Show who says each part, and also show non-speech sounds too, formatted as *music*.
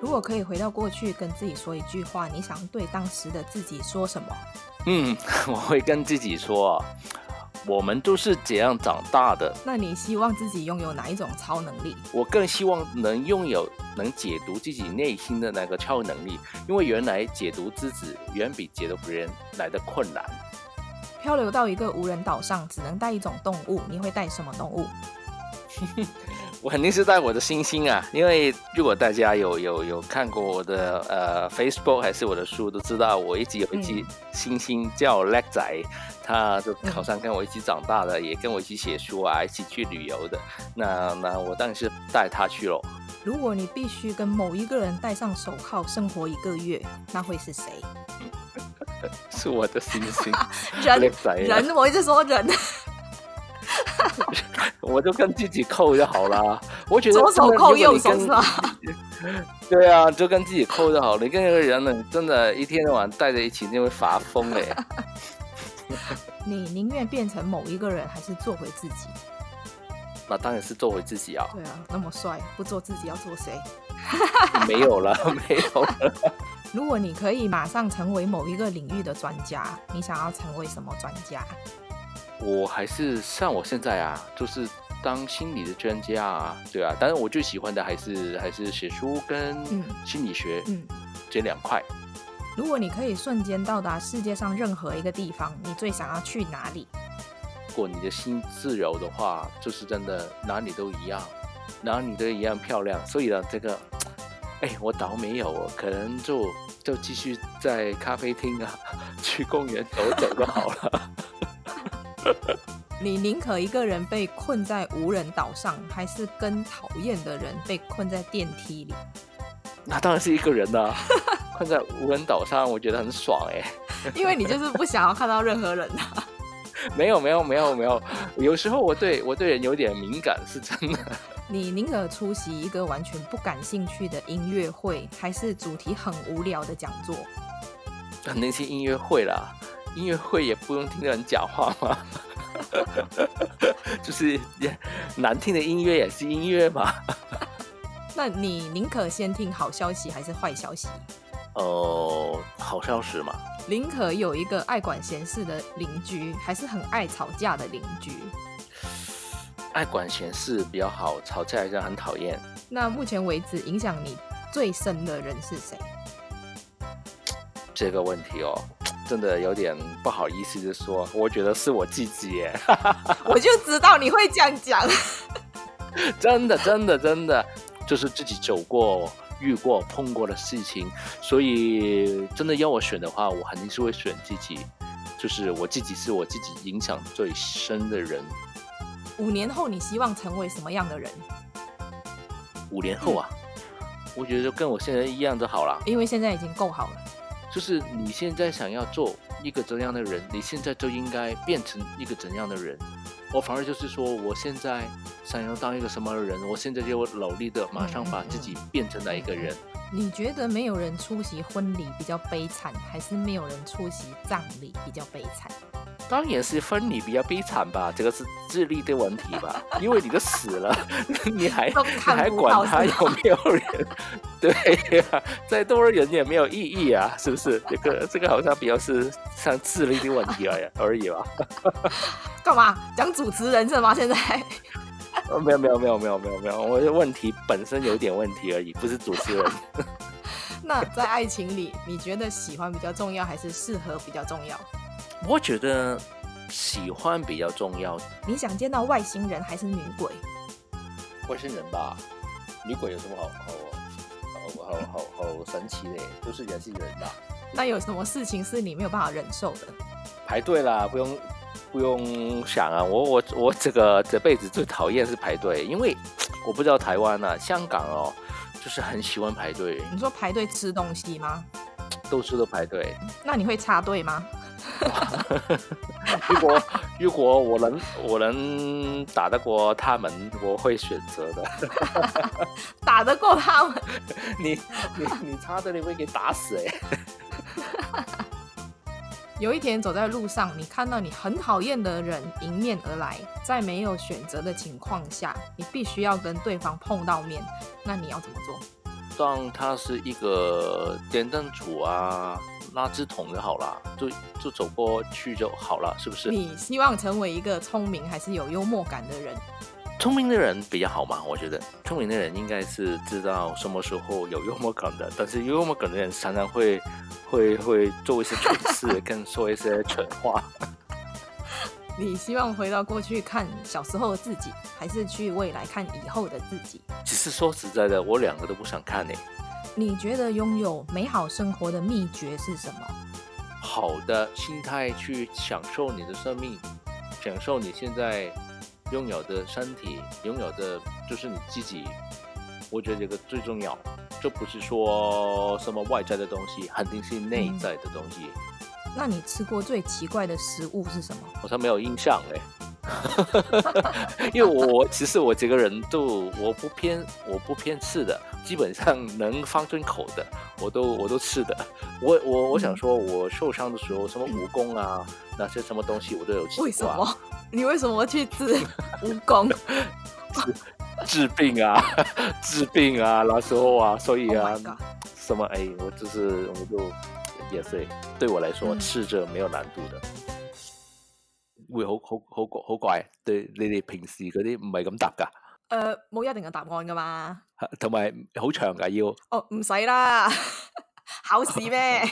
Speaker 1: 如果可以回到过去，跟自己说一句话，你想对当时的自己说什么？
Speaker 2: 嗯， *laughs* 我会跟自己说，我们都是怎样长大的。
Speaker 1: 那你希望自己拥有哪一种超能力？
Speaker 2: 我更希望能拥有能解读自己内心的那个超能力，因为原来解读自己远比解读别人来的困难。
Speaker 1: 漂流到一个无人岛上，只能带一种动物，你会带什么动物？
Speaker 2: 我肯定是带我的星星啊，因为如果大家有有有看过我的呃 Facebook 还是我的书，都知道我一直有一只星星叫叻仔，它就好像跟我一起长大的，也跟我一起写书啊，一起去旅游的。那那我当然是带它去咯。
Speaker 1: 如果你必须跟某一个人戴上手铐生活一个月，那会是谁？
Speaker 2: 是我的星
Speaker 1: *laughs*
Speaker 2: 星叻 *laughs*
Speaker 1: 人，
Speaker 2: 仔啊，
Speaker 1: 人，我一直说人，
Speaker 2: 我就跟自己扣就好啦。我觉得
Speaker 1: 左手扣
Speaker 2: 真的如
Speaker 1: 右
Speaker 2: 果你
Speaker 1: 手
Speaker 2: 跟
Speaker 1: 是吧？
Speaker 2: *laughs* 对啊，就跟自己扣就好。你跟一个人呢，真的，一天到晚待在一起，就会发疯欸
Speaker 1: *laughs*
Speaker 2: 嘞。
Speaker 1: 你宁愿变成某一个人，还是做回自己？
Speaker 2: 那当然是做回自己啊，
Speaker 1: 对啊，那么帅，不做自己要做谁？
Speaker 2: 没
Speaker 1: *laughs*
Speaker 2: 有了，没有了。
Speaker 1: 如果你可以马上成为某一个领域的专家，你想要成为什么专家？
Speaker 2: 我还是像我现在啊，就是当心理的专家啊，对啊。但是我最喜欢的还是还是写书跟
Speaker 1: 嗯
Speaker 2: 心理学
Speaker 1: 嗯，
Speaker 2: 这两块。
Speaker 1: 如果你可以瞬间到达世界上任何一个地方，你最想要去哪里？
Speaker 2: 如果你的心自由的话，就是真的哪里都一样，哪里都一样漂亮。所以呢，这个，哎，我倒没有哦，可能就就继续在咖啡厅啊，去公园走走就好了。
Speaker 1: 你宁可一个人被困在无人岛上，还是跟讨厌的人被困在电梯里？
Speaker 2: 那当然是一个人 *laughs* 啦、困在无人岛上，我觉得很爽哎、
Speaker 1: 因为你就是不想要看到任何人啊。
Speaker 2: 没有没有没有没有，有时候我对我对人有点敏感，是真的。
Speaker 1: 你宁可出席一个完全不感兴趣的音乐会，还是主题很无聊的讲座？
Speaker 2: 啊那些音乐会啦，音乐会也不用听人讲话嘛， *laughs* 就是也难听的音乐也是音乐嘛。
Speaker 1: 那你宁可先听好消息还是坏消息？
Speaker 2: 哦，好消息嘛，
Speaker 1: 宁可有一个爱管闲事的邻居，还是很爱吵架的邻居？
Speaker 2: 爱管闲事比较好，吵架人很讨厌。
Speaker 1: 那目前为止影响你最深的人是谁？
Speaker 2: 这个问题哦，真的有点不好意思的说，我觉得是我自己耶。
Speaker 1: 我就知道你会这样讲。
Speaker 2: 真的，真的，真的，就是自己走过、遇过、碰过的事情，所以真的要我选的话，我肯定是会选自己，就是我自己是我自己影响最深的人。
Speaker 1: 五年后你希望成为什么样的人？
Speaker 2: 五年后啊，我觉得就跟我现在一样就好了。
Speaker 1: 因为现在已经够好了。
Speaker 2: 就是你现在想要做一个怎样的人，你现在就应该变成一个怎样的人。我反而就是说，我现在想要当一个什么样的人，我现在就努力的马上把自己变成那一个人。
Speaker 1: 你觉得没有人出席婚礼比较悲惨，还是没有人出席葬礼比较悲惨？
Speaker 2: 当然是分你比较悲惨吧，这个是智力的问题 *laughs* 吧，因为你都死了， *laughs* 你还
Speaker 1: 都
Speaker 2: 哎 *laughs* 你
Speaker 1: 看
Speaker 2: 还
Speaker 1: 不
Speaker 2: 管
Speaker 1: 到
Speaker 2: 他
Speaker 1: 是
Speaker 2: 有没有人？ *laughs* 对呀、再多人也没有意义啊，是不是？这个这个好像比较是像智力的问题而已而已吧。
Speaker 1: *laughs* 干嘛讲主持人是吗？现在
Speaker 2: 呃没有没有没有没有没有没有，我的问题本身有点问题而已，不是主持人。
Speaker 1: 那在爱情里，你觉得喜欢比较重要，还是适合比较重要？
Speaker 2: *laughs* 我觉得喜欢比较重要，
Speaker 1: 你想见到外星人还是女鬼？
Speaker 2: 外星人吧，女鬼有什么好好好好好好神奇的？就是人是人吧。
Speaker 1: 那有什么事情是你没有办法忍受的？
Speaker 2: 排队啦，不用不用想啊，我我我这个这辈子最讨厌是排队，因为我不知道台湾啊，香港哦，就是很喜欢排队，
Speaker 1: 你说排队吃东西吗？
Speaker 2: 到处都排队。
Speaker 1: 那你会插队吗？
Speaker 2: 如果如果我能我能打得过他们，我会选择的。 *laughs*
Speaker 1: 打得过他们？
Speaker 2: 你你你插队你会给打死哎、
Speaker 1: 有一天走在路上，你看到你很讨厌的人迎面而来，在没有选择的情况下，你必须要跟对方碰到面，那你要怎么做？
Speaker 2: 上它是一个电灯组啊、垃圾桶就好了，就就走过去就好了，是不是？
Speaker 1: 你希望成为一个聪明还是有幽默感的人？
Speaker 2: 聪明的人比较好嘛，我觉得聪明的人应该是知道什么时候有幽默感的，但是有幽默感的人常常会 *laughs* 会会做一些蠢事，跟说一些蠢话。
Speaker 1: 你希望回到过去看小时候的自己，还是去未来看以后的自己？
Speaker 2: 其实说实在的，我两个都不想看呢、欸
Speaker 1: 你觉得拥有美好生活的秘诀是什么？
Speaker 2: 好的心态去享受你的生命，享受你现在拥有的身体，拥有的就是你自己。我觉得这个最重要，这不是说什么外在的东西，肯定是内在的东西。
Speaker 1: 那你吃过最奇怪的食物是什么？
Speaker 2: 好像没有印象哎、 *laughs* 因为我我其实我这个人都我不偏我不偏吃的，基本上能放进口的我都
Speaker 1: 嗯
Speaker 2: 我都吃的。我我我想说，我受伤的时候什么蜈蚣啊，那些什么东西我都有吃过啊。
Speaker 1: 为什么？ *laughs* 你为什么去吃 *laughs* 蜈蚣？
Speaker 2: 治病啊， *laughs* 治病啊，那时候啊，所以
Speaker 1: Oh
Speaker 2: 啊
Speaker 1: my god
Speaker 2: 什么哎，我就是我就也是对我来说、
Speaker 1: 嗯
Speaker 2: 吃着没有难度的，會好好好怪好怪，對你哋平時嗰啲唔係咁答噶，
Speaker 1: 呃，冇一定嘅答案噶嘛。
Speaker 2: 同埋好長噶要。
Speaker 1: *laughs*
Speaker 2: *laughs*
Speaker 1: 哦，唔使啦，考試咩？